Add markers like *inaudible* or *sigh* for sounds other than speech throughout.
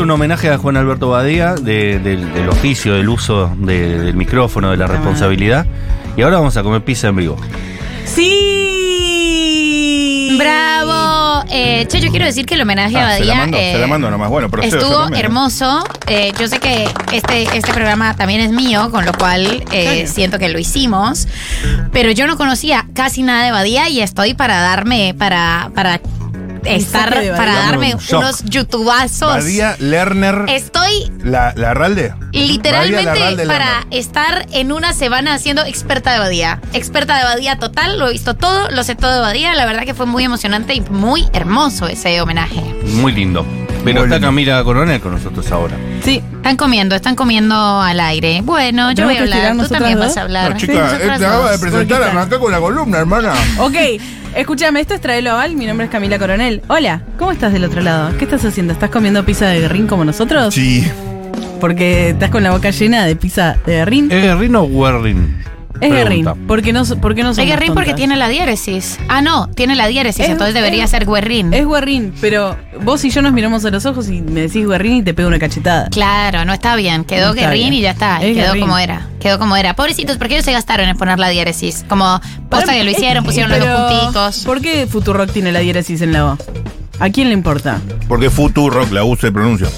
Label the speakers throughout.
Speaker 1: un homenaje a Juan Alberto Badía de- del, del oficio, del uso de- del micrófono, de
Speaker 2: Ah.
Speaker 1: la responsabilidad. Y ahora vamos a comer pizza en vivo.
Speaker 3: ¡Sí!
Speaker 4: Bravo. Eh, che, yo quiero decir que el homenaje a
Speaker 2: Ah, se la
Speaker 4: Badía
Speaker 2: mando,
Speaker 4: eh,
Speaker 2: se la mando nomás. Bueno, procedo yo
Speaker 4: estuvo
Speaker 2: también, ¿eh?
Speaker 4: hermoso. Eh, yo sé que este, este programa también es mío, con lo cual eh, siento que lo hicimos. Pero yo no conocía casi nada de Badía y estoy para darme, para, para estar,
Speaker 3: saque de Badía.
Speaker 4: para darme
Speaker 1: Un shock.
Speaker 4: unos youtubazos.
Speaker 2: Badía Lerner.
Speaker 4: Estoy
Speaker 2: La, la Ralde. Badía
Speaker 4: Literalmente
Speaker 2: Larralde
Speaker 4: para
Speaker 2: Lerner.
Speaker 4: estar en una semana siendo experta de Badía. Experta de Badía total, lo he visto todo, lo sé todo de Badía. La verdad que fue muy emocionante y muy hermoso ese homenaje.
Speaker 1: Muy lindo. Pero
Speaker 2: Muy
Speaker 1: está
Speaker 2: lindo.
Speaker 1: Camila Coronel con nosotros ahora.
Speaker 3: Sí.
Speaker 4: Están comiendo, están comiendo al aire. Bueno, yo
Speaker 3: ¿Tenemos
Speaker 4: voy a
Speaker 3: que
Speaker 4: hablar,
Speaker 3: estirar
Speaker 4: tú
Speaker 3: nosotras
Speaker 4: también
Speaker 3: dos?
Speaker 4: vas a hablar.
Speaker 2: No, chica,
Speaker 4: Nosotras
Speaker 2: eh, te acaba de
Speaker 4: dos.
Speaker 2: presentar,
Speaker 3: Porque está-
Speaker 2: arrancá con la columna, hermana.
Speaker 3: Ok, escúchame, esto es Traelo Oval, mi nombre es Camila Coronel. Hola, ¿cómo estás del otro lado? ¿Qué estás haciendo? ¿Estás comiendo pizza de guerrín como nosotros?
Speaker 2: Sí.
Speaker 3: Porque estás con la boca llena de pizza de guerrín.
Speaker 1: ¿Es Guerrín o Guerrín?
Speaker 3: es guerrín,
Speaker 1: Pregunta.
Speaker 3: porque no, porque no
Speaker 4: Es
Speaker 3: somos
Speaker 4: guerrín porque
Speaker 3: tontas.
Speaker 4: tiene la diéresis. Ah, no, tiene la diéresis,
Speaker 3: Es-
Speaker 4: entonces debería
Speaker 3: es-
Speaker 4: ser guerrín.
Speaker 3: Es guerrín, pero vos y yo nos miramos a los ojos y me decís guerrín y te pego una cachetada.
Speaker 4: Claro, no está bien. Quedó
Speaker 3: No está
Speaker 4: guerrín
Speaker 3: bien.
Speaker 4: y ya está. y
Speaker 3: Es
Speaker 4: quedó
Speaker 3: guerrín.
Speaker 4: como era. Quedó como era. Pobrecitos, ¿por qué ellos se gastaron en poner la diéresis? Como posta
Speaker 3: Para-
Speaker 4: que lo hicieron,
Speaker 3: eh,
Speaker 4: pusieron los
Speaker 3: pero,
Speaker 4: dos punticos.
Speaker 3: ¿Por qué Futurock tiene la diéresis en la O? ¿A quién le importa?
Speaker 2: Porque Futurock, la U se pronuncia.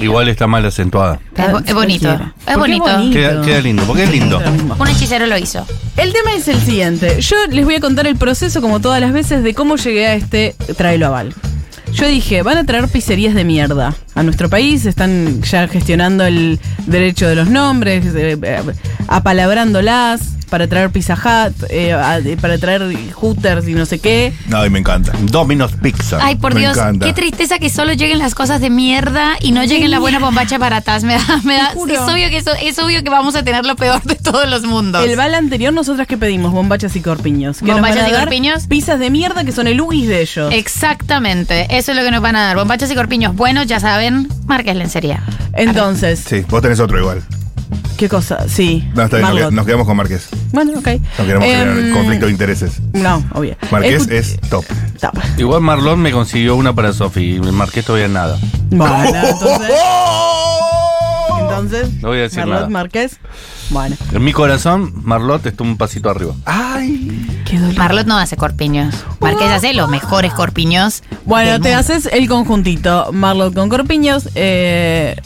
Speaker 1: Igual está mal acentuada.
Speaker 4: Es, bo- es bonito.
Speaker 3: Cualquiera.
Speaker 4: Es
Speaker 3: Porque es
Speaker 4: bonito.
Speaker 3: bonito.
Speaker 1: Queda, queda lindo, porque es lindo.
Speaker 3: Lo mismo.
Speaker 4: Un hechicero lo hizo.
Speaker 3: El tema es el siguiente. Yo les voy a contar el proceso, como todas las veces, de cómo llegué a este Traelo Aval. Yo dije, van a traer pizzerías de mierda a nuestro país, están ya gestionando el derecho de los nombres, eh, eh, apalabrándolas para traer Pizza Hut, eh, a- eh, para traer Hooters y no sé qué.
Speaker 2: Ay, me encanta.
Speaker 1: Dominos Pizza.
Speaker 4: Ay, por
Speaker 2: Me
Speaker 4: Dios,
Speaker 2: encanta.
Speaker 4: qué tristeza que solo lleguen las cosas de mierda y no lleguen la buena bombacha baratas. Me *laughs* da, me da,
Speaker 3: Te juro.
Speaker 4: es obvio que eso, es obvio que vamos a tener lo peor de todos los mundos.
Speaker 3: El bal anterior, nosotras que pedimos bombachas y corpiños. Que nos
Speaker 4: Bombachas
Speaker 3: van a
Speaker 4: y
Speaker 3: dar
Speaker 4: corpiños.
Speaker 3: Pizzas de mierda que son el ugis de ellos.
Speaker 2: Eh,
Speaker 4: Exactamente, eso es lo que nos van a dar. Bombachas y corpiños buenos, ya saben, marques lencería.
Speaker 3: Entonces,
Speaker 2: Sí, vos tenés otro igual.
Speaker 3: ¿qué cosa? Sí.
Speaker 2: No, está bien, nos,
Speaker 3: Margot.
Speaker 2: qued- nos quedamos con Márquez.
Speaker 3: Bueno, ok.
Speaker 2: No queremos generar
Speaker 3: Em,
Speaker 2: conflicto de intereses.
Speaker 3: No, obvio.
Speaker 2: Márquez
Speaker 3: Escu-
Speaker 2: es top.
Speaker 3: Tapa.
Speaker 1: Igual Marlon me consiguió una para Sofi y Marqués todavía nada.
Speaker 2: *laughs*
Speaker 3: Bueno, entonces.
Speaker 4: ¡Oh!
Speaker 3: entonces
Speaker 1: No voy a decir
Speaker 3: Marlot
Speaker 1: nada.
Speaker 3: Márquez. Bueno.
Speaker 1: En mi corazón, Marlot está un pasito arriba.
Speaker 2: Ah. Ay.
Speaker 3: Qué dolor.
Speaker 4: Marlot no hace corpiños. Marqués hace los mejores corpiños.
Speaker 3: Bueno,
Speaker 4: del
Speaker 3: te
Speaker 4: mundo.
Speaker 3: haces el conjuntito. Marlot con corpiños. Eh,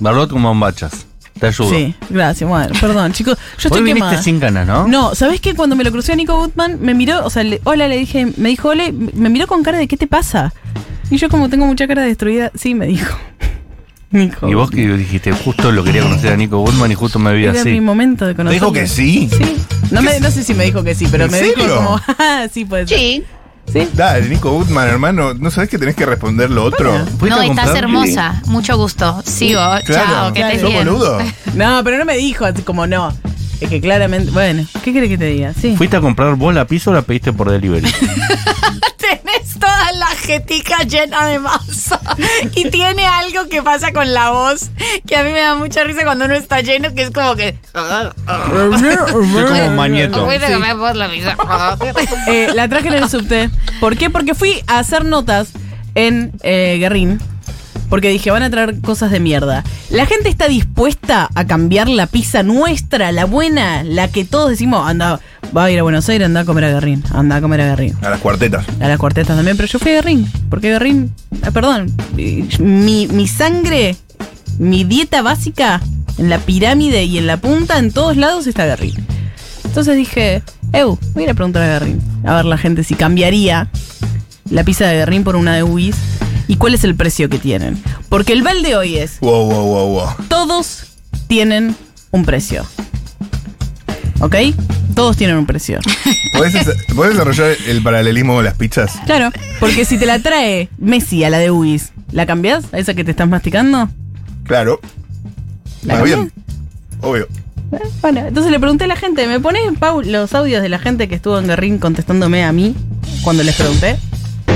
Speaker 1: Marlot con bombachas. Te ayudo.
Speaker 3: sí, gracias. Bueno, perdón, chicos. Yo
Speaker 1: Vos
Speaker 3: estoy
Speaker 1: viniste
Speaker 3: quemada.
Speaker 1: sin ganas, ¿no?
Speaker 3: No, ¿sabés qué? Cuando me lo crucé a Nico Gutman, me miró, o sea, le- hola, le dije, me dijo, hola, y me miró con cara de, ¿qué te pasa? Y yo como tengo mucha cara destruida, sí, me dijo. *laughs* Nico.
Speaker 1: Y vos que dijiste, justo lo quería conocer a Nico Goldman y justo me vi
Speaker 3: Era
Speaker 1: así.
Speaker 3: mi momento de
Speaker 2: ¿Te
Speaker 3: conocerlo.
Speaker 2: dijo que sí?
Speaker 3: Sí. No, me- no sé si me dijo que sí, pero
Speaker 2: ¿En
Speaker 3: me dijo
Speaker 2: serio?
Speaker 3: como, *laughs* ah, sí, puede ser.
Speaker 4: Sí.
Speaker 3: Sí.
Speaker 2: Dale, Nico Gutman, hermano. ¿No sabés que tenés que responder lo otro?
Speaker 1: ¿Fuiste
Speaker 4: No,
Speaker 1: a
Speaker 4: estás
Speaker 1: comprar?
Speaker 4: hermosa. Mucho gusto. Sigo. Chao,
Speaker 2: Claro.
Speaker 4: que estés
Speaker 2: ¿Sos
Speaker 4: bien.
Speaker 2: boludo?
Speaker 3: No, pero no me dijo así como no. Es que claramente, bueno, ¿qué crees que te diga? Sí.
Speaker 1: ¿Fuiste a comprar vos la pizza o la pediste por
Speaker 3: *laughs*
Speaker 1: delivery?
Speaker 4: Tenés toda la jetica llena de masa y tiene algo que pasa con la voz que a mí me da mucha risa cuando uno está lleno, que es como que...
Speaker 1: como Magneto.
Speaker 4: Voy a comer por la pizza.
Speaker 5: *laughs*
Speaker 3: Eh, la traje en el subte. ¿Por qué? Porque fui a hacer notas en eh, Guerrín. Porque dije, van a traer cosas de mierda. La gente está dispuesta a cambiar la pizza nuestra, la buena, la que todos decimos, anda, va a ir a Buenos Aires, anda a comer a Guerrín, anda a comer a Guerrín.
Speaker 2: A las cuartetas.
Speaker 3: a las cuartetas también, pero yo fui a Guerrín, porque Guerrín, ah, perdón, eh, mi, mi sangre, mi dieta básica, en la pirámide y en la punta, en todos lados está Guerrín. Entonces dije, Eu, voy a ir a preguntar a Guerrín, a ver la gente si cambiaría la pizza de Guerrín por una de Ubis y cuál es el precio que tienen. Porque el balde hoy es,
Speaker 2: Wow, wow, wow, wow.
Speaker 3: todos tienen un precio. ¿Ok? Todos tienen un precio.
Speaker 2: ¿Podés, des- podés desarrollar el paralelismo de las pizzas?
Speaker 3: Claro, porque si te la trae Messi a la de Ubis, ¿la cambiás? ¿A esa que te estás masticando?
Speaker 2: Claro.
Speaker 3: ¿La
Speaker 2: Está
Speaker 3: cambiás?
Speaker 2: bien. Obvio.
Speaker 3: Eh, Bueno, entonces le pregunté a la gente, ¿me pones Pau, los audios de la gente que estuvo en Guerrín contestándome a mí cuando les pregunté?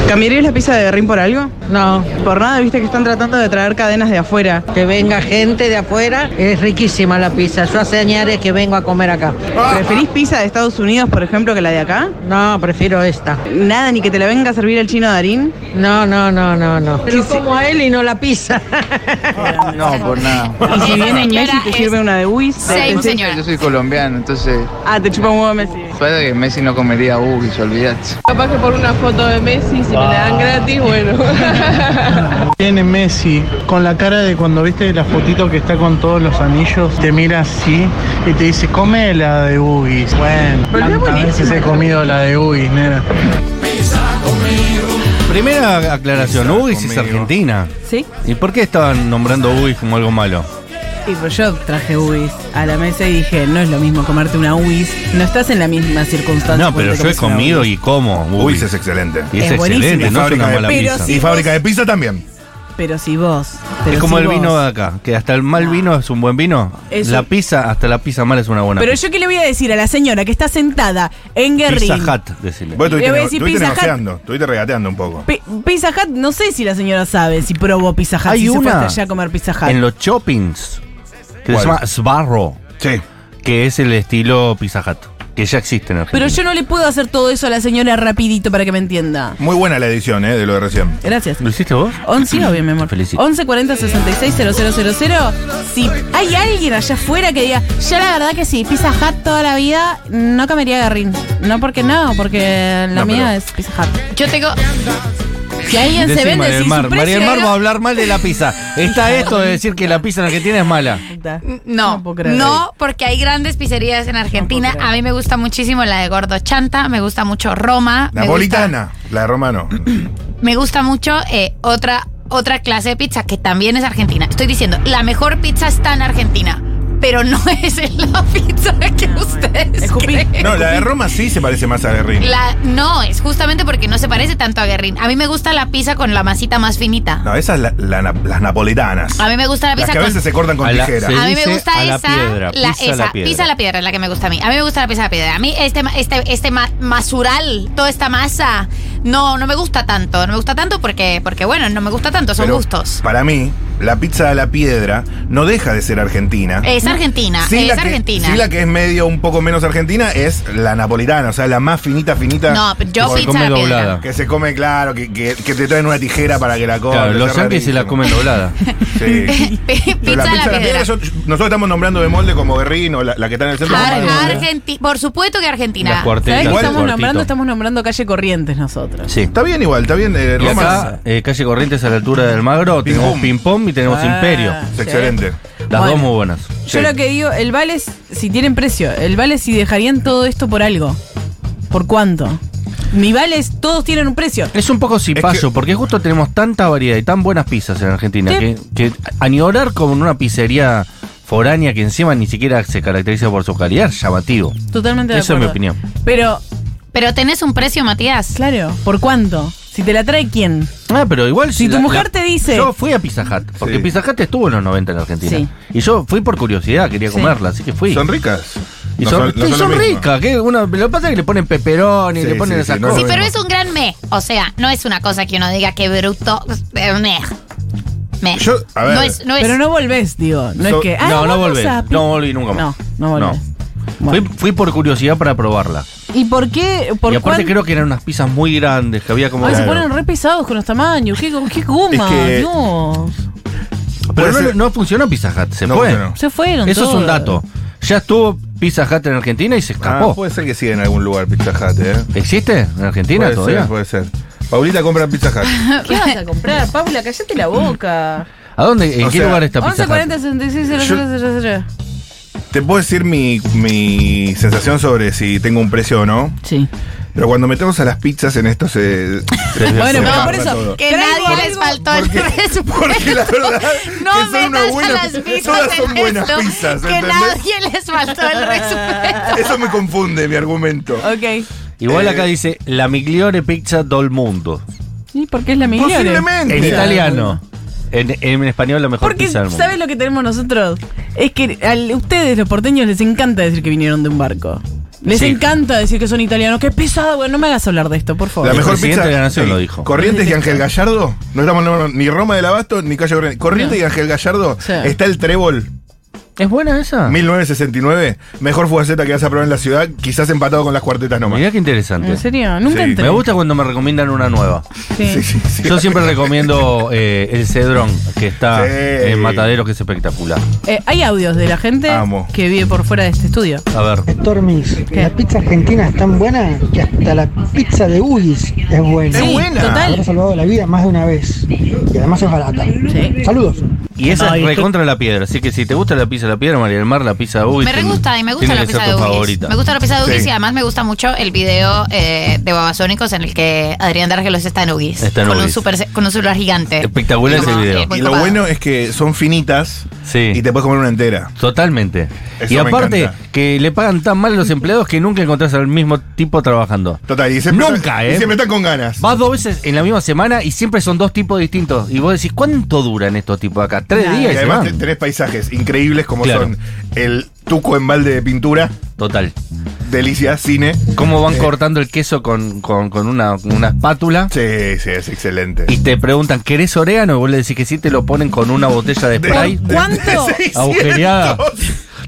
Speaker 5: ¿Cambiarías la pizza de Berrín por algo? No. Por nada, viste que están tratando de traer cadenas de afuera.
Speaker 6: Que venga gente de afuera, es riquísima la pizza. Yo hace años que vengo a comer acá.
Speaker 5: ¿Preferís pizza de Estados Unidos, por ejemplo, que la de acá?
Speaker 6: No, prefiero esta.
Speaker 5: Nada, ni que te la venga a servir el chino Darín.
Speaker 6: No, no, no, no, no. Yo como a él y no la pizza.
Speaker 7: No, por nada.
Speaker 5: Y si
Speaker 4: Esa
Speaker 5: viene Messi,
Speaker 4: señora
Speaker 5: te
Speaker 4: es-
Speaker 5: sirve una de Wiz.
Speaker 4: Sí, señora.
Speaker 7: Yo soy colombiano, entonces
Speaker 5: Ah, te chupa un huevo Messi.
Speaker 7: parece que Messi no comería uh, Ugis, olvidate.
Speaker 8: Capaz que por una foto de Messi, si me la dan gratis, bueno.
Speaker 9: Tiene Messi con la cara de cuando viste la fotito que está con todos los anillos, te mira así y te dice, come la de Ugis. Bueno, tantas veces he comido la de Ugis, nena.
Speaker 1: Primera aclaración, Ubis es
Speaker 2: conmigo.
Speaker 1: argentina.
Speaker 3: ¿Sí?
Speaker 1: ¿Y por qué estaban nombrando a Ubis como algo malo?
Speaker 3: Y pues yo traje UIS a la mesa y dije, no es lo mismo comerte una UIS, no estás en la misma circunstancia.
Speaker 1: No, pero
Speaker 3: cuando te
Speaker 1: yo he
Speaker 3: comes una
Speaker 1: comido
Speaker 3: Ubis.
Speaker 1: y como
Speaker 2: Uy,
Speaker 1: Ubis.
Speaker 2: ese es excelente.
Speaker 1: Y es,
Speaker 3: Es buenísimo.
Speaker 1: excelente, no es
Speaker 2: Fábrica
Speaker 1: una
Speaker 2: de
Speaker 1: mala
Speaker 3: pero
Speaker 1: pizza.
Speaker 3: sí,
Speaker 2: Y fábrica de pizza también.
Speaker 3: Pero si vos. Pero
Speaker 1: es como
Speaker 3: si
Speaker 1: el
Speaker 3: vos. Ah.
Speaker 1: vino de acá, que hasta el mal vino es un buen vino.
Speaker 3: Es
Speaker 1: la
Speaker 3: un-
Speaker 1: pizza, hasta la pizza mala es una buena
Speaker 3: Pero
Speaker 1: pizza.
Speaker 3: yo qué le voy a decir a la señora que está sentada en
Speaker 1: Pizza
Speaker 3: Guerrín.
Speaker 1: Hut, decirle.
Speaker 2: Vos
Speaker 3: Le voy
Speaker 2: estuviste,
Speaker 3: a
Speaker 2: nego-
Speaker 3: decir
Speaker 2: estuviste
Speaker 3: Pizza Hut.
Speaker 2: negociando, estuviste regateando un poco.
Speaker 3: Pi- Pizza Hut, no sé si la señora sabe si probó Pizza Hut,
Speaker 1: Hay
Speaker 3: si se fue
Speaker 1: una
Speaker 3: hasta allá a comer Pizza Hut.
Speaker 1: En los shoppings, que se
Speaker 2: ¿Cuál?
Speaker 1: llama Sbarro,
Speaker 2: Sí.
Speaker 1: que es el estilo Pizza Hut, que ya existe en Argentina.
Speaker 3: Pero yo no le puedo hacer todo eso a la señora rapidito para que me entienda.
Speaker 2: Muy buena la edición, ¿eh? De lo de recién.
Speaker 3: Gracias.
Speaker 1: ¿Lo hiciste vos?
Speaker 3: 11, obvio, mi amor.
Speaker 1: Te felicito.
Speaker 3: 11 40 66 000. Si hay alguien allá afuera que diga, yo la verdad que sí, Pizza Hut toda la vida, no comería garrín. No porque no, porque la
Speaker 2: No,
Speaker 3: mía
Speaker 2: pero-
Speaker 3: es Pizza Hut.
Speaker 4: Yo tengo.
Speaker 3: Si alguien se
Speaker 1: Decí,
Speaker 3: vende
Speaker 1: María
Speaker 3: sin
Speaker 1: del
Speaker 3: su
Speaker 1: Mar.
Speaker 3: precio,
Speaker 1: María del Mar
Speaker 3: ¿eh?
Speaker 1: va a hablar mal de la pizza. Está esto de decir que la pizza en Argentina es mala.
Speaker 4: No,
Speaker 3: puedo
Speaker 4: no,
Speaker 3: creer.
Speaker 4: porque hay grandes pizzerías en Argentina.
Speaker 3: No puedo
Speaker 4: a mí me gusta muchísimo la de Gordo Chanta, me gusta mucho Roma. me
Speaker 2: Napolitana, la de Romano.
Speaker 4: gusta- Me gusta, mucho eh, otra, otra clase de pizza que también es argentina. Estoy diciendo, la mejor pizza está en Argentina, pero no *laughs* es la pizza que ustedes
Speaker 3: Escupí.
Speaker 4: creen.
Speaker 2: No, la de Roma sí se parece más a Berrín.
Speaker 4: La- no, es justamente porque no se parece tanto a Guerrín. A mí me gusta la pizza con la masita más finita.
Speaker 2: No, esas la- la- na- las napolitanas.
Speaker 4: A mí me gusta la
Speaker 2: Las
Speaker 4: pizza
Speaker 2: que a
Speaker 4: con...
Speaker 2: veces se cortan con
Speaker 1: A la-
Speaker 2: tijera.
Speaker 1: sí.
Speaker 4: A mí me
Speaker 1: dice
Speaker 4: gusta
Speaker 1: a la
Speaker 4: esa,
Speaker 1: piedra, pizza a la
Speaker 4: esa,
Speaker 1: piedra.
Speaker 4: pizza a la piedra es la que me gusta a mí. A mí me gusta la pizza a la piedra. A mí este, ma- este, este ma- masural, toda esta masa, no, no me gusta tanto. No me gusta tanto porque, porque bueno, no me gusta tanto, son
Speaker 2: Pero
Speaker 4: gustos.
Speaker 2: Para mí, la pizza a la piedra no deja de ser argentina.
Speaker 4: Es argentina,
Speaker 2: Sí,
Speaker 4: es
Speaker 2: la que-
Speaker 4: argentina.
Speaker 2: sí, la que es medio un poco menos argentina es la napolitana, o sea, la más finita, finita.
Speaker 4: no, pero yo
Speaker 1: Se
Speaker 4: pizza
Speaker 1: come
Speaker 4: a la
Speaker 1: doblada.
Speaker 4: piedra.
Speaker 2: Que se come, claro, que, que- que te traen una tijera para que la comas.
Speaker 1: Claro, los yankees se la comen
Speaker 3: *laughs*
Speaker 1: doblada.
Speaker 4: *laughs*
Speaker 2: Sí.
Speaker 4: *laughs*
Speaker 2: Pero
Speaker 4: pizza a la piedra.
Speaker 2: yo- nosotros estamos nombrando de molde como Berrín o la, la que está en el centro.
Speaker 4: Ar-
Speaker 2: Romano.
Speaker 4: Argenti- por supuesto que Argentina.
Speaker 1: Las cuartetas,
Speaker 3: ¿Sabés qué
Speaker 1: los
Speaker 3: estamos
Speaker 1: cuartitos.
Speaker 3: nombrando? Estamos nombrando calle Corrientes nosotros.
Speaker 1: Sí.
Speaker 2: Está bien igual, está bien. eh,
Speaker 1: Y
Speaker 2: Roma
Speaker 1: acá, eh, calle Corrientes a la altura del Magro,
Speaker 2: Ping
Speaker 1: tenemos
Speaker 2: pong.
Speaker 1: ping-pong y tenemos
Speaker 3: Ah.
Speaker 1: imperio.
Speaker 2: es excelente.
Speaker 1: Las
Speaker 3: Bueno.
Speaker 1: dos muy buenas.
Speaker 3: Yo lo que digo, el vale, es- si tienen precio, el vale si dejarían todo esto por algo. ¿Por cuánto? Mi vale es, todos tienen un precio.
Speaker 1: Es un poco cipayo,
Speaker 2: Es que-
Speaker 1: porque justo tenemos tanta variedad y tan buenas pizzas en Argentina
Speaker 3: Sí.
Speaker 1: que, que añorar como en una pizzería foránea que encima ni siquiera se caracteriza por su calidad, es llamativo.
Speaker 3: Totalmente de
Speaker 1: Eso es
Speaker 3: acuerdo.
Speaker 1: mi opinión.
Speaker 3: Pero,
Speaker 4: Pero tenés un precio, Matías.
Speaker 3: claro, ¿por cuánto? Si te la trae quién.
Speaker 1: Ah, pero igual
Speaker 3: Si tu mujer te dice-
Speaker 1: Yo fui a Pizza Hut, porque
Speaker 2: Sí.
Speaker 1: Pizza Hut estuvo en los 90 en Argentina.
Speaker 3: Sí.
Speaker 1: Y yo fui por curiosidad, quería
Speaker 3: Sí.
Speaker 1: comerla, así que fui.
Speaker 2: Son ricas.
Speaker 1: y
Speaker 2: No
Speaker 1: son,
Speaker 2: no
Speaker 1: y son
Speaker 2: lo mismo.
Speaker 1: ricas, que uno, lo que pasa es que le ponen peperón y
Speaker 2: Sí,
Speaker 1: le ponen
Speaker 2: sí,
Speaker 1: esas
Speaker 2: sí, no es
Speaker 1: cosas.
Speaker 2: lo
Speaker 4: Sí, pero
Speaker 2: Bueno.
Speaker 4: es un gran me. O sea, no es una cosa que uno diga que bruto. eh, meh. Meh.
Speaker 2: Yo- a ver.
Speaker 4: no es, no es-
Speaker 3: Pero no volvés, digo. No
Speaker 2: So-
Speaker 3: es que. ah,
Speaker 1: no, no
Speaker 3: vamos
Speaker 1: volví.
Speaker 3: a-
Speaker 1: No volví nunca más.
Speaker 3: No, no volvés. Bueno.
Speaker 1: Fui, fui por curiosidad para probarla.
Speaker 3: ¿Y por qué? Por
Speaker 1: y aparte
Speaker 3: cuán-
Speaker 1: creo que eran unas pizzas muy grandes, que había como...
Speaker 3: Ay, se
Speaker 1: Claro.
Speaker 3: ponen re pesados con los tamaños. ¿Qué, qué goma?
Speaker 2: Es que-
Speaker 3: No.
Speaker 1: Pero
Speaker 2: Puede
Speaker 1: no,
Speaker 2: ser-
Speaker 1: no funcionó Pizza Hut, se
Speaker 2: No
Speaker 1: fue.
Speaker 2: funcionó.
Speaker 3: Se fueron.
Speaker 1: Eso es
Speaker 3: todos.
Speaker 1: un dato. Ya estuvo Pizza Hut en Argentina y se
Speaker 2: Ah,
Speaker 1: escapó.
Speaker 2: puede ser que sí en algún lugar Pizza Hut, ¿eh?
Speaker 1: ¿Existe en Argentina
Speaker 2: Puede
Speaker 1: todavía?
Speaker 2: ser, puede ser. Paulita compra Pizza Hut.
Speaker 3: ¿Qué vas a comprar, Paula? Cállate la boca.
Speaker 1: ¿A dónde? ¿En
Speaker 2: O
Speaker 1: qué
Speaker 2: sea,
Speaker 1: lugar está Pizza
Speaker 3: 11
Speaker 1: Hut?
Speaker 3: 40 66 000.
Speaker 2: Te puedo decir mi, mi sensación sobre si tengo un precio o no.
Speaker 3: Sí.
Speaker 2: Pero cuando metemos a las pizzas en esto se. se- se
Speaker 3: Bueno, pero
Speaker 2: escapa
Speaker 3: por eso.
Speaker 2: todo.
Speaker 4: Que
Speaker 3: Traigo
Speaker 4: nadie les
Speaker 3: algo-
Speaker 4: faltó el
Speaker 2: porque-
Speaker 4: presupuesto.
Speaker 2: porque la verdad
Speaker 4: no
Speaker 2: *laughs* que son unas
Speaker 4: metas
Speaker 2: buenas-
Speaker 4: a las pizzas
Speaker 2: *laughs* todas son
Speaker 4: en
Speaker 2: buenas
Speaker 4: esto,
Speaker 2: pizzas,
Speaker 4: Que
Speaker 2: ¿entendés?
Speaker 4: nadie les faltó el presupuesto.
Speaker 2: Eso me confunde mi argumento.
Speaker 3: Ok.
Speaker 1: Igual
Speaker 2: Eh,
Speaker 1: acá dice la migliore pizza del mundo.
Speaker 3: ¿Y por qué es la migliore?
Speaker 2: Posiblemente.
Speaker 1: En italiano. En, en español la mejor
Speaker 3: Porque,
Speaker 1: pizza del mundo.
Speaker 3: ¿sabes lo que tenemos nosotros? Es que a ustedes, los porteños, les encanta decir que vinieron de un barco. Les
Speaker 1: Sí.
Speaker 3: encanta decir que son italianos. Qué pesado, güey. No me hagas hablar de esto, por favor.
Speaker 2: La
Speaker 1: El
Speaker 2: mejor
Speaker 1: presidente
Speaker 2: pizza
Speaker 1: de la Nación
Speaker 2: eh,
Speaker 1: lo dijo.
Speaker 2: Corrientes y Ángel Gallardo. No estamos nombrando ni Roma del Abasto ni Calle Corrientes. Corrientes y Ángel Gallardo.
Speaker 3: Sí.
Speaker 2: Está el Trébol,
Speaker 1: ¿Es buena esa?
Speaker 2: 1969. Mejor fugaceta que vas a probar en la ciudad. Quizás empatado con las cuartetas nomás.
Speaker 1: Mirá qué interesante.
Speaker 3: ¿En serio? Nunca
Speaker 2: Sí.
Speaker 3: entré.
Speaker 1: Me gusta cuando me recomiendan una nueva.
Speaker 3: Sí.
Speaker 2: *laughs* Sí, sí, sí.
Speaker 1: Yo siempre recomiendo eh, el Cedrón, que está
Speaker 2: Sí.
Speaker 1: en Matadero, que es espectacular.
Speaker 3: Eh, hay audios de la gente
Speaker 2: Amo.
Speaker 3: que vive por fuera de este estudio.
Speaker 1: A ver.
Speaker 10: Stormis,
Speaker 3: ¿Qué?
Speaker 10: la pizza argentina es tan buena que hasta la pizza de Ugis es buena.
Speaker 3: Sí,
Speaker 10: Me ha
Speaker 3: total.
Speaker 10: salvado la vida más de una vez. Y además es barata.
Speaker 3: Sí.
Speaker 10: Saludos.
Speaker 1: Y esa
Speaker 3: Ay,
Speaker 1: es
Speaker 3: esto-
Speaker 1: recontra la piedra. Así que si te gusta la pizza de la piedra, María del Mar, la pizza de Uy.
Speaker 4: Me re gusta y me gusta la pizza de Ugis.
Speaker 1: favorita.
Speaker 4: Me gusta la pizza de Ugis
Speaker 2: Sí.
Speaker 4: y además me gusta mucho el video eh, de Babasónicos en el que Adrián Dargelos está en Ugis.
Speaker 1: Está en Eh,
Speaker 4: con, Un
Speaker 1: Ugis.
Speaker 4: super, con un celular gigante.
Speaker 1: *laughs* Espectacular
Speaker 4: Y
Speaker 1: ese
Speaker 4: como,
Speaker 1: video.
Speaker 4: eh, muy
Speaker 2: Y lo
Speaker 4: copado.
Speaker 2: bueno es que son finitas
Speaker 1: Sí.
Speaker 2: y te puedes comer una entera.
Speaker 1: Totalmente.
Speaker 2: Eso
Speaker 1: y
Speaker 2: me
Speaker 1: aparte,
Speaker 2: encanta.
Speaker 1: que le pagan tan mal a los empleados que nunca encontrás al mismo tipo trabajando.
Speaker 2: Total, y siempre,
Speaker 1: Nunca, ¿eh?
Speaker 2: y siempre están con ganas.
Speaker 1: Vas dos veces en la misma semana y siempre son dos tipos distintos. Y vos decís, ¿cuánto duran estos tipos acá? Tres
Speaker 3: Claro.
Speaker 2: Y
Speaker 1: días. y se
Speaker 2: además te-
Speaker 1: van.
Speaker 2: tenés paisajes increíbles como
Speaker 1: Claro.
Speaker 2: son el tuco en balde de pintura,
Speaker 1: Total.
Speaker 2: delicia, cine.
Speaker 1: Cómo
Speaker 2: Eh.
Speaker 1: van cortando el queso con, con- con una, una espátula.
Speaker 2: Sí, sí, es excelente.
Speaker 1: Y te preguntan, ¿querés orégano? Y vos le decís que sí, te lo ponen con una botella
Speaker 2: *laughs*
Speaker 1: de spray.
Speaker 3: ¿Por cuánto?
Speaker 1: Agujereada.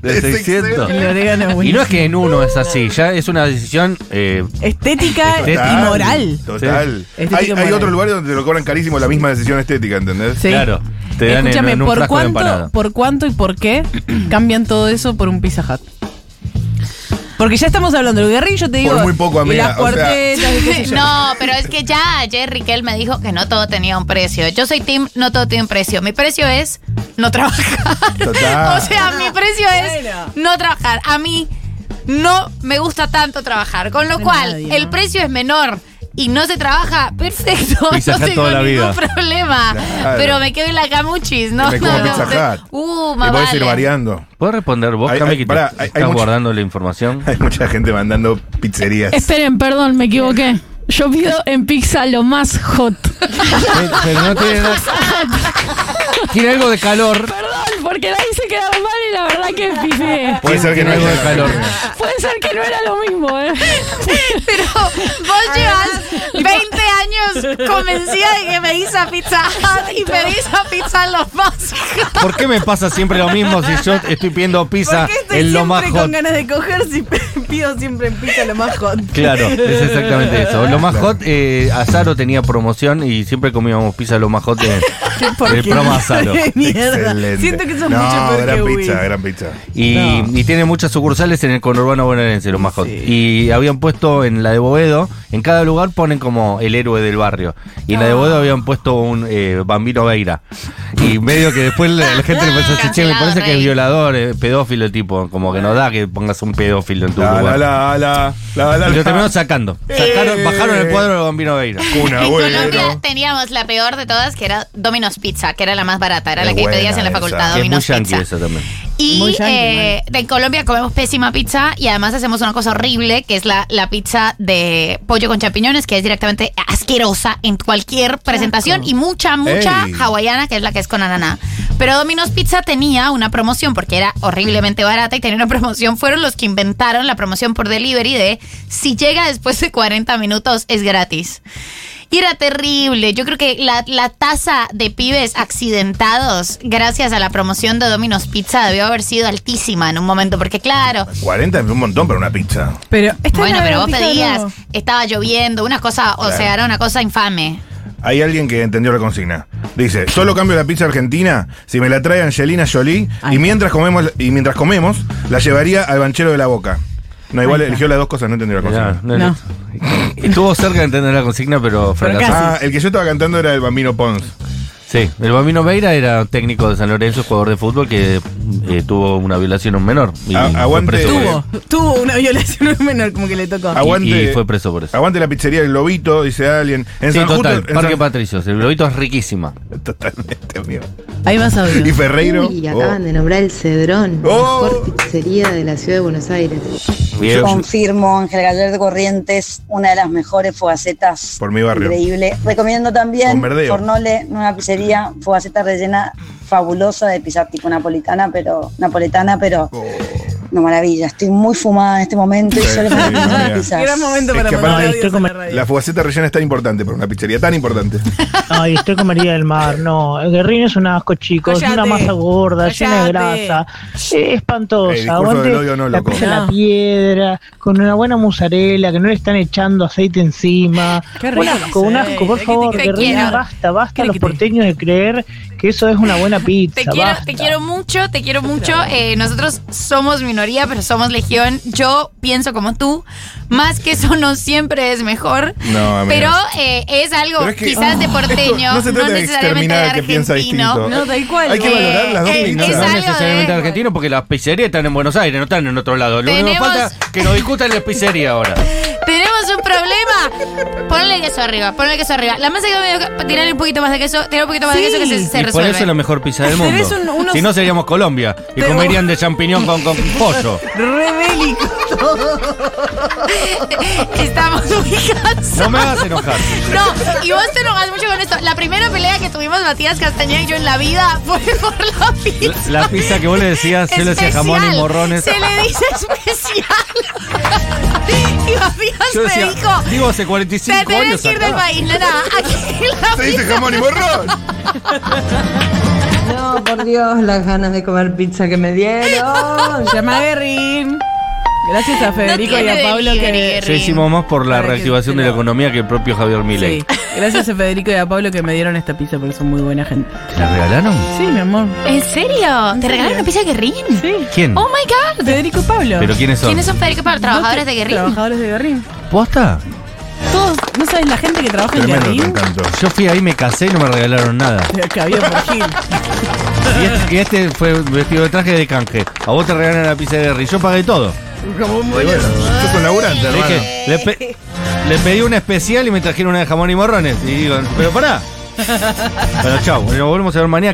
Speaker 1: De
Speaker 2: Es
Speaker 1: 600.
Speaker 3: El orégano
Speaker 1: Y
Speaker 3: es
Speaker 1: no
Speaker 3: buenísimo.
Speaker 1: es que en uno es así, ya es una decisión. eh,
Speaker 3: Estética
Speaker 1: Total.
Speaker 3: y moral.
Speaker 2: Total.
Speaker 3: Sí. Estética
Speaker 2: Hay, hay
Speaker 3: moral.
Speaker 2: otro lugar donde te lo cobran carísimo la misma decisión estética, ¿entendés?
Speaker 4: *laughs*
Speaker 3: Sí.
Speaker 1: Claro, te dan en-
Speaker 3: Escúchame,
Speaker 1: en un
Speaker 3: ¿por,
Speaker 1: frasco de
Speaker 3: cuánto,
Speaker 1: empanada.
Speaker 3: ¿por cuánto y por qué *clears throat* cambian todo eso por un Pizza Hut? Porque ya estamos hablando del guerrillo, yo te digo.
Speaker 2: Por muy poco,
Speaker 3: y
Speaker 2: amiga,
Speaker 3: las
Speaker 2: o sea-
Speaker 3: cuartetas
Speaker 1: *laughs*
Speaker 3: y qué sé yo.
Speaker 4: No, pero es que ya ayer Riquel me dijo que no todo tenía un precio. Yo soy Tim, no todo tiene un precio. Mi precio es no trabajar.
Speaker 2: Total.
Speaker 4: o sea, mi precio es
Speaker 3: Bueno.
Speaker 4: no trabajar. A mí no me gusta tanto trabajar, con lo
Speaker 3: No,
Speaker 4: cual
Speaker 3: nadie,
Speaker 4: el
Speaker 3: ¿no?
Speaker 4: precio es menor. Y no se trabaja, *laughs* perfecto,
Speaker 1: Pizza
Speaker 4: no
Speaker 1: Hut
Speaker 4: tengo
Speaker 1: toda la
Speaker 4: ningún
Speaker 1: vida.
Speaker 4: problema.
Speaker 2: Claro.
Speaker 4: Pero me quedo en la camuchis, ¿no?
Speaker 2: me como
Speaker 4: No, no,
Speaker 2: Pizza Hut.
Speaker 4: Uh,
Speaker 2: y
Speaker 4: más
Speaker 2: podés ir
Speaker 4: vale.
Speaker 2: variando.
Speaker 1: ¿Puedes responder vos,
Speaker 2: Hay-
Speaker 1: Cami,
Speaker 2: hay-
Speaker 1: que te-
Speaker 2: pará, hay- hay
Speaker 1: estás
Speaker 2: mucho-
Speaker 1: guardando la información?
Speaker 2: *laughs* Hay mucha gente mandando pizzerías.
Speaker 11: Esperen, perdón, me equivoqué. Yo pido en pizza lo más hot.
Speaker 1: Pe- Pero no tiene nada- Tiene algo de calor.
Speaker 11: Perdón, porque la hice quedar mal y la verdad que pifié.
Speaker 2: Puede ser que no
Speaker 1: Tiene algo
Speaker 2: haya
Speaker 1: de
Speaker 2: *laughs*
Speaker 1: calor.
Speaker 11: Puede ser que no era lo mismo, ¿eh?
Speaker 4: *laughs* Pero vos
Speaker 3: *laughs*
Speaker 4: llevas 20 años convencida de que me hice a Pizza Hut y pedís a Pizza Los Más.
Speaker 1: ¿Por qué me pasa siempre lo mismo si yo estoy pidiendo pizza
Speaker 3: ¿Por qué estoy
Speaker 1: en Ah, lo más
Speaker 3: siempre
Speaker 1: hot?
Speaker 3: con ganas de coger si *laughs* pido siempre en pizza lo más hot?
Speaker 1: Claro, es exactamente eso. Lo más hot, eh, Azaro tenía promoción y siempre comíamos pizza lo más hot de-
Speaker 3: Qué
Speaker 1: del
Speaker 3: porquería.
Speaker 1: programa
Speaker 3: *laughs*
Speaker 1: Azaro.
Speaker 3: Mierda.
Speaker 2: Excelente.
Speaker 3: Siento que sos
Speaker 2: no,
Speaker 3: mucho peor
Speaker 2: gran
Speaker 3: que Will.
Speaker 2: pizza, eh. gran pizza.
Speaker 1: Y,
Speaker 3: No.
Speaker 1: y tiene muchas sucursales en el conurbano bonaerense, lo más hot. Y habían puesto en la de Boedo, en cada lugar ponen como el héroe del barrio. Y en la de
Speaker 3: Ah.
Speaker 1: Boedo habían puesto un eh, bambino Veira. Y medio que después la, la gente le pensó a che, me
Speaker 4: Ah, Cancelado,
Speaker 1: parece que es
Speaker 4: rey".
Speaker 1: violador, eh, pedófilo el tipo. Como que no da que pongas un pedófilo en tu
Speaker 2: La, la,
Speaker 1: lugar.
Speaker 2: la, la, la, la,
Speaker 1: Y lo
Speaker 2: la.
Speaker 1: terminaron sacando. Sacaron-
Speaker 2: Eh.
Speaker 1: Bajaron el cuadro de Bambino Veira.
Speaker 2: Cuna,
Speaker 4: en
Speaker 2: bueno.
Speaker 4: Colombia teníamos la peor de todas, que era Domino's Pizza, que era la más barata, era
Speaker 2: Es
Speaker 4: la que
Speaker 2: buena
Speaker 4: pedías en la
Speaker 2: esa.
Speaker 4: facultad,
Speaker 1: Que es muy
Speaker 4: Domino's
Speaker 1: yankee
Speaker 4: Pizza.
Speaker 1: eso también.
Speaker 4: Y
Speaker 3: Muy yankee,
Speaker 4: eh, en Colombia comemos pésima pizza y además hacemos una cosa horrible, que es la, la pizza de pollo con champiñones, que es directamente asquerosa en cualquier presentación y mucha, mucha
Speaker 2: Ey.
Speaker 4: hawaiana, que es la que es con ananá. Pero Domino's Pizza tenía una promoción, porque era horriblemente barata y tenía una promoción, fueron los que inventaron la promoción por delivery de si llega después de 40 minutos es gratis. Y era terrible. Yo creo que la, la tasa de pibes accidentados gracias a la promoción de Domino's Pizza debió haber sido altísima en un momento, porque claro,
Speaker 2: 40 es un montón para una pizza.
Speaker 3: Pero esta
Speaker 4: bueno,
Speaker 3: es la
Speaker 4: pero vos
Speaker 3: garantía de
Speaker 4: pedías,
Speaker 3: nuevo.
Speaker 4: estaba lloviendo, una cosa, o
Speaker 2: Claro.
Speaker 4: sea, era una cosa infame.
Speaker 2: Hay alguien que entendió la consigna. Dice, solo cambio la pizza argentina si me la trae Angelina Jolie
Speaker 3: Ahí
Speaker 2: y mientras comemos y mientras comemos la llevaría al banchero de la boca. No, igual
Speaker 3: Ahí está.
Speaker 2: eligió las dos cosas, no entendió la
Speaker 1: Mirá,
Speaker 2: consigna.
Speaker 1: no,
Speaker 3: No.
Speaker 1: no. Estuvo cerca de entender la consigna, pero fracasó.
Speaker 2: Ah, el que yo estaba cantando era el bambino Pons.
Speaker 1: Sí, el Bambino Veira era técnico de San Lorenzo, jugador de fútbol que eh, tuvo una violación a un menor. Y
Speaker 2: A-
Speaker 1: fue
Speaker 2: aguante.
Speaker 1: preso por eso.
Speaker 3: Tuvo, tuvo una violación menor como que le tocó.
Speaker 2: Agua- Aguante.
Speaker 1: Y, y fue preso por eso.
Speaker 2: Aguante la pizzería del Lobito, dice alguien. En
Speaker 1: sí,
Speaker 2: San
Speaker 1: total,
Speaker 2: Justo- en
Speaker 1: Parque
Speaker 2: San-
Speaker 1: Patricios. El globito es riquísima.
Speaker 2: Totalmente, amigo.
Speaker 3: Ahí vas a
Speaker 2: Y
Speaker 3: ver.
Speaker 2: Ferreiro.
Speaker 10: Y
Speaker 2: oh.
Speaker 10: acaban de nombrar el Cedrón,
Speaker 2: la Oh. mejor
Speaker 10: pizzería de la ciudad de Buenos Aires.
Speaker 1: Bien.
Speaker 10: Confirmo, Ángel Gallardo Corrientes, una de las mejores fogacetas.
Speaker 2: Por mi barrio.
Speaker 10: Increíble. Recomiendo
Speaker 2: Con
Speaker 10: también
Speaker 2: verdeo.
Speaker 10: Fornole, una pizzería,
Speaker 2: oh.
Speaker 10: fogaceta rellena fabulosa de pizza tipo napolitana, pero napoletana, pero
Speaker 12: Una maravilla. Estoy muy fumada en este momento y
Speaker 2: Sí,
Speaker 12: solo
Speaker 2: sí,
Speaker 12: me
Speaker 2: no,
Speaker 12: una
Speaker 2: mira.
Speaker 12: pizza.
Speaker 3: Gran momento
Speaker 2: Es
Speaker 3: para
Speaker 2: que
Speaker 3: mandar
Speaker 2: aparte-
Speaker 3: audios a la radio.
Speaker 2: La fugaceta rellena es tan importante para una pizzería, tan importante.
Speaker 13: Ay, estoy con María del Mar, no. El guerrín es un asco, chicos. Es una
Speaker 3: Cállate.
Speaker 13: masa gorda, llena de
Speaker 3: Cállate.
Speaker 13: grasa. Eh, espantosa.
Speaker 2: El discurso
Speaker 13: Aguante
Speaker 2: del odio no,
Speaker 13: la
Speaker 2: loco.
Speaker 13: pizza a
Speaker 2: No.
Speaker 13: la piedra, con una buena mozzarella, que no le están echando aceite encima.
Speaker 3: Qué
Speaker 13: Un
Speaker 3: rico,
Speaker 13: asco, un
Speaker 3: sí.
Speaker 13: asco. Por
Speaker 3: Te
Speaker 13: favor,
Speaker 3: quiero.
Speaker 13: guerrín, basta, basta a los porteños de creer que eso es una buena pizza.
Speaker 4: Te quiero,
Speaker 13: basta.
Speaker 4: te quiero mucho, te quiero mucho. Eh, nosotros somos minoría, pero somos legión. Yo pienso como tú. Más que eso no siempre es mejor.
Speaker 2: No, amigo.
Speaker 4: Pero eh, es algo
Speaker 2: Ah, Pero es que-
Speaker 4: quizás de
Speaker 2: Ah. *laughs*
Speaker 4: porteño,
Speaker 2: Esto no se trata de
Speaker 4: necesariamente de
Speaker 2: exterminar al que piensa
Speaker 4: argentino.
Speaker 2: distinto. No, tal cual. Hay que valorar las dos
Speaker 4: Eh,
Speaker 2: minorías.
Speaker 4: es
Speaker 2: No
Speaker 4: algo
Speaker 1: necesariamente
Speaker 4: de-
Speaker 1: argentino porque las pizzerías están en Buenos Aires, no están en otro lado. Lo único que
Speaker 4: Tenemos-
Speaker 1: falta es que nos discutan la pizzería ahora.
Speaker 4: Tenemos un problema. Ponle queso arriba, ponle queso arriba. La masa que medio tirarle un poquito más de queso, tirarle un poquito más de
Speaker 1: Sí.
Speaker 4: queso que se, se
Speaker 1: y por
Speaker 4: resuelve.
Speaker 1: eso es la mejor pizza del mundo.
Speaker 4: Tenés un- unos-
Speaker 1: Si no seríamos Colombia y
Speaker 4: Pero-
Speaker 1: comerían de champiñón con, con pollo.
Speaker 3: Rebélico todo.
Speaker 4: *laughs* Estamos muy cansados.
Speaker 1: No me hagas enojar.
Speaker 4: No, y vos te enojas mucho con esto. La primera pelea que tuvimos Matías Castañeda y yo en la vida fue por la pizza.
Speaker 1: La, la pizza que vos le
Speaker 4: *laughs*
Speaker 1: decías, se le decía jamón y
Speaker 4: especial.
Speaker 1: morrones.
Speaker 4: Se le dice
Speaker 1: *laughs*
Speaker 4: especial. y Matías
Speaker 1: Yo decía,
Speaker 4: me dijo,
Speaker 1: digo, hace
Speaker 4: te
Speaker 1: 45
Speaker 4: tenés
Speaker 1: años.
Speaker 4: que ir
Speaker 1: acá.
Speaker 4: del país, nena. Aquí la
Speaker 2: Se dice jamón y morrón.
Speaker 14: No, por Dios, las ganas de comer pizza que me dieron.
Speaker 3: Llama a Guerrín. Gracias a Federico y a Pablo que.
Speaker 1: Ya hicimos más por la
Speaker 3: Para que
Speaker 1: reactivación de la economía que el propio Javier Milei.
Speaker 3: Sí. Gracias a Federico y a Pablo que me dieron esta pizza porque son muy buena gente.
Speaker 1: ¿La regalaron?
Speaker 3: Sí, mi amor.
Speaker 4: ¿En serio? ¿Te regalaron una pizza de Guerrín? Sí.
Speaker 1: ¿Quién?
Speaker 4: Oh my God.
Speaker 3: Federico y Pablo.
Speaker 1: ¿Pero quiénes son?
Speaker 4: ¿Quiénes son Federico y Pablo? Trabajadores de Guerrín.
Speaker 3: Trabajadores de Guerrín.
Speaker 1: ¿Posta?
Speaker 3: Todos, ¿no sabes la gente que trabaja en
Speaker 1: Tremendo,
Speaker 3: Guerrín?
Speaker 1: te encantó. Yo fui ahí, me casé y no me regalaron nada.
Speaker 3: *laughs* Que había por Gil.
Speaker 1: Y este, y este fue vestido de traje de canje. A vos te regalan la pizza de Guerrín. Yo pagué todo.
Speaker 3: Como un
Speaker 2: Y bueno, yo soy un laburante,
Speaker 1: Le
Speaker 2: hermano.
Speaker 1: dije, le, pe- le pedí una
Speaker 4: *laughs*
Speaker 1: especial y me trajeron una de jamón y morrones. Y digo, pero pará. Bueno, chau. Nos volvemos a ver mañana.